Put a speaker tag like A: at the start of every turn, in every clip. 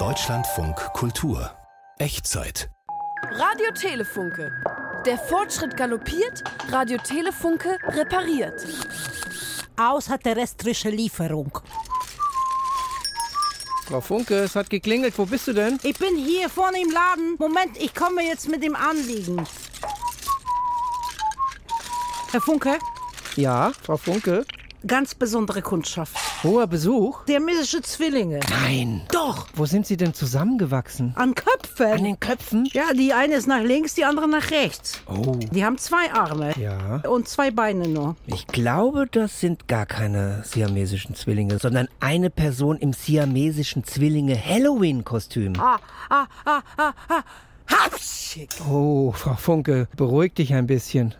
A: Deutschlandfunk Kultur. Echtzeit.
B: Radio Telefunke. Der Fortschritt galoppiert, Radio Telefunke repariert.
C: Außerterrestrische Lieferung.
D: Frau Funke, es hat geklingelt. Wo bist du denn?
C: Ich bin hier vorne im Laden. Moment, ich komme jetzt mit dem Anliegen. Herr Funke,
D: Ja, Frau Funke.
C: ganz besondere Kundschaft.
D: Hoher Besuch?
C: Siamesische Zwillinge.
D: Nein.
C: Doch,
D: Wo sind sie denn zusammengewachsen?
C: an Köpfen.
D: den Köpfen?
C: Ja, die eine ist nach links, die andere nach rechts.
D: Oh.
C: Die haben zwei Arme
D: Ja.
C: und zwei Beine nur.
D: Ich glaube, das sind gar keine siamesischen Zwillinge, sondern eine Person im siamesischen Zwillinge Halloween-Kostüm.
C: Ah, ah, ah, ah, ah. Hapschick.
D: Oh, Frau Funke, beruhig dich ein bisschen.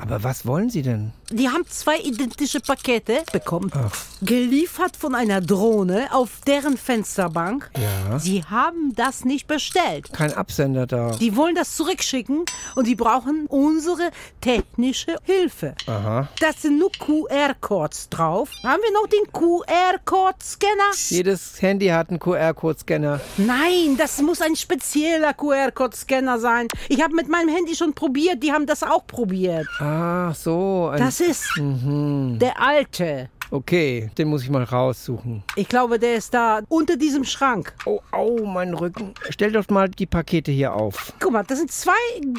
D: Aber was wollen Sie denn?
C: Die haben zwei identische Pakete bekommen. Geliefert von einer Drohne auf deren Fensterbank.
D: Ja.
C: Sie haben das nicht bestellt.
D: Kein Absender da.
C: Die wollen das zurückschicken und die brauchen unsere technische Hilfe.
D: Aha.
C: Das sind nur QR-Codes drauf. Haben wir noch den QR-Code-Scanner?
D: Jedes Handy hat einen QR-Code-Scanner.
C: Nein, das muss ein spezieller QR-Code-Scanner sein. Ich habe mit meinem Handy schon probiert, die haben das auch probiert.
D: Ach Ah, so. Ein Mhm.
C: Das ist der alte.
D: okay, den muss ich mal raussuchen.
C: Ich glaube, der ist da unter diesem Schrank.
D: Oh, au, mein Rücken. Stell doch mal die Pakete hier auf.
C: Guck mal, das sind zwei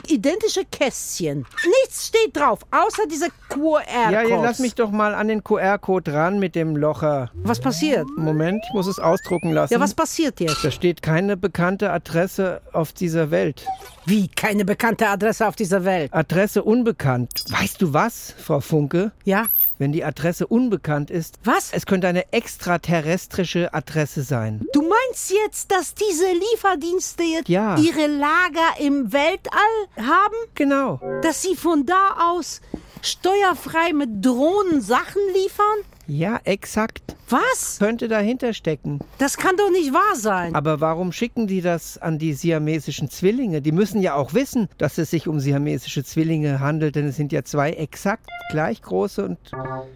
C: identische Kästchen. Nichts steht drauf, außer dieser QR-Code.
D: Ja, ja, lass mich doch mal an den QR-Code ran mit dem Locher.
C: Was passiert?
D: Moment, ich muss es ausdrucken lassen.
C: Ja, was passiert jetzt?
D: Da steht keine bekannte Adresse auf dieser Welt.
C: Wie, keine bekannte Adresse auf dieser Welt?
D: Adresse unbekannt. Weißt du was, Frau Funke?
C: Ja?
D: Wenn die Adresse unbekannt ist,
C: Was?
D: es könnte eine extraterrestrische Adresse sein.
C: Du meinst jetzt, dass diese Lieferdienste jetzt
D: Ja.
C: ihre Lager im Weltall haben?
D: Genau.
C: Dass sie von da aus steuerfrei mit Drohnen Sachen liefern?
D: Ja, exakt.
C: Was?
D: Könnte dahinter stecken.
C: Das kann doch nicht wahr sein.
D: Aber warum schicken die das an die siamesischen Zwillinge? Die müssen ja auch wissen, dass es sich um siamesische Zwillinge handelt, denn es sind ja zwei exakt gleich große und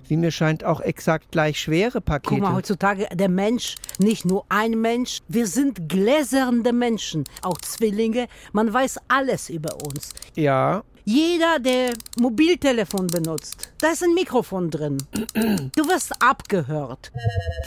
D: wie mir scheint auch exakt gleich schwere Pakete.
C: Guck mal, heutzutage der Mensch, nicht nur ein Mensch, wir sind gläsernde Menschen, auch Zwillinge, man weiß alles über uns.
D: ja,
C: Jeder, der Mobiltelefon benutzt, da ist ein Mikrofon drin. Du wirst abgehört.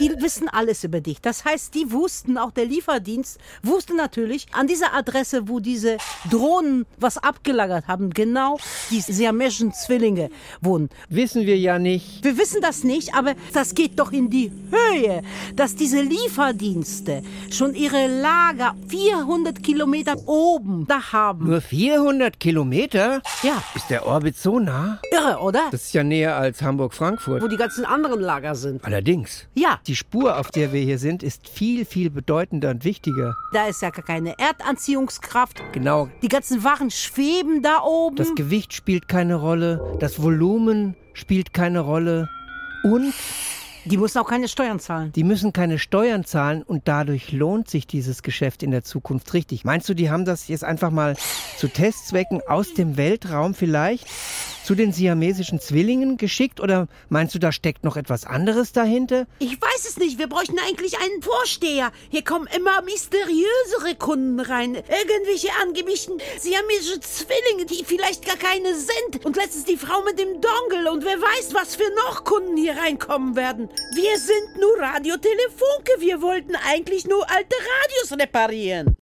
C: Die wissen alles über dich. Das heißt, die wussten, auch der Lieferdienst wusste natürlich, an dieser Adresse, wo diese Drohnen was abgelagert haben, genau die siamesischen Zwillinge wohnen.
D: wissen wir ja nicht.
C: Wir wissen das nicht, aber das geht doch in die Höhe, dass diese Lieferdienste schon ihre Lager 400 Kilometer oben da haben.
D: Nur 400 Kilometer?
C: Ja,
D: Ist der Orbit so nah?
C: irre, oder?
D: Das ist ja näher als
E: wo
D: Hamburg-Frankfurt.
E: die ganzen anderen Lager sind.
D: Allerdings.
C: Ja,
D: Die Spur, auf der wir hier sind, ist viel, viel bedeutender und wichtiger.
C: da ist ja gar keine Erdanziehungskraft.
D: Genau.
C: Die ganzen Waren schweben da oben.
D: Das Gewicht spielt keine Rolle, das Volumen spielt keine Rolle und
C: die müssen auch keine Steuern zahlen.
D: die müssen keine Steuern zahlen und dadurch lohnt sich dieses Geschäft in der Zukunft richtig. Meinst du, die haben das jetzt einfach mal zu Testzwecken aus dem Weltraum vielleicht zu den siamesischen Zwillingen geschickt oder meinst du, da steckt noch etwas anderes dahinter?
E: Ich weiß es nicht, wir bräuchten eigentlich einen Vorsteher. Hier kommen immer mysteriösere Kunden rein. Irgendwelche angeblichen siamesische Zwillinge, die vielleicht gar keine sind. Und letztens die Frau mit dem Dongle und wer weiß, was für noch Kunden hier reinkommen werden. Wir sind nur Radio Telefunke, wir wollten eigentlich nur alte Radios reparieren.